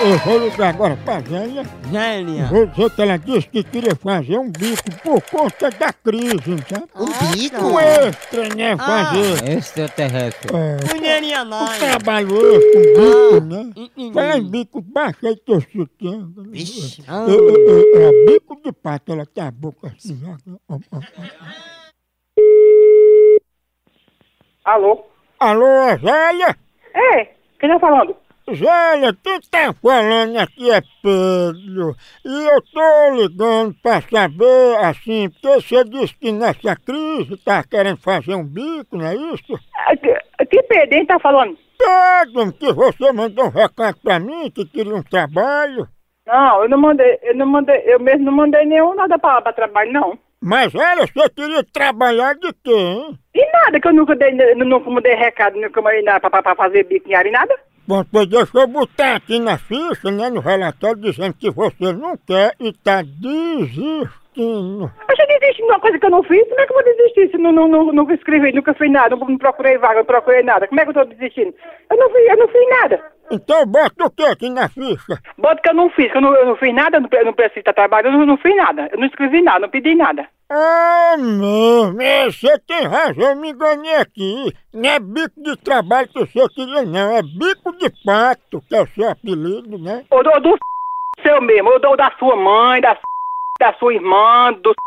Eu vou ligar agora pra Zélia. Zélia. Vou dizer que ela disse que queria fazer um bico por conta da crise, sabe? Um bico? Um extra, né? Fazer. Extraterrestre. É, Colherinha um nós. trabalho extra, um bico, né? Hum, Fala em bico, baixa aí teu sutiã. Vixe. Ah. Eu- eu- eu- Era é, bico de pato, ela tem a boca assim. ó. Ó, ó, ó. Alô? Alô, Zélia? É, quem tá falando? Zélia, quem tá falando aqui é Pedro. E eu tô ligando pra saber, assim, porque você disse que nessa crise tá querendo fazer um bico, não é isso? Ah, Que, que Pedro, hein, tá falando? Pedro, que você mandou um recado pra mim que queria um trabalho. Não, eu não mandei, eu não mandei, eu mesmo não mandei nenhum nada pra, pra trabalho, não. Mas olha, você queria trabalhar de quê, hein? E nada, que eu nunca dei, eu nunca mudei recado, nunca mandei nada pra, pra, pra fazer bico em área, e nada. Bom, pois deixa eu botar aqui na ficha, né, no relatório, dizendo que você não quer e tá desistindo. Mas eu desisti de uma coisa que eu não fiz, como é que eu vou desistir se não, não, não, nunca escrevi, nunca fiz nada, não, não procurei vaga, não procurei nada, como é que eu tô desistindo? Eu não fiz, eu não fiz nada. Então bota o que aqui na ficha? Bota que eu não fiz, que eu não, eu não fiz nada, eu não, pre- eu não preciso estar trabalhando, eu não, não fiz nada, eu não escrevi nada, não pedi nada. Ah, mesmo, é, você tem razão, eu me enganei aqui. Não é bico de trabalho que você queria, não, é bico de pato, que é o seu apelido, né? Ou do, do seu mesmo, ou do, da sua mãe, da, da sua irmã, do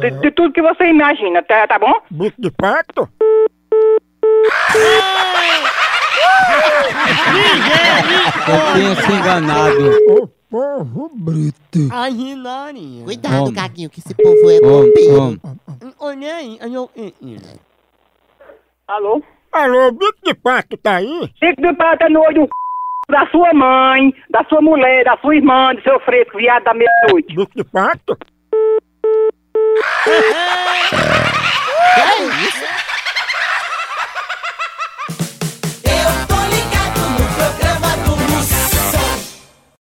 de, de tudo que você imagina, tá, tá bom? Bico de pato? Eu tinha se enganado. O povo brito. A Rinarinha. Cuidado, Homem. Gaguinho, que esse povo é Homem, bombeiro. homem. Olha aí, olha aí. Alô? Alô, bico de pato tá aí? Fica de prata no olho da sua mãe, da sua mulher, da sua irmã, do seu fresco, viado da meia-noite. Bico de pato?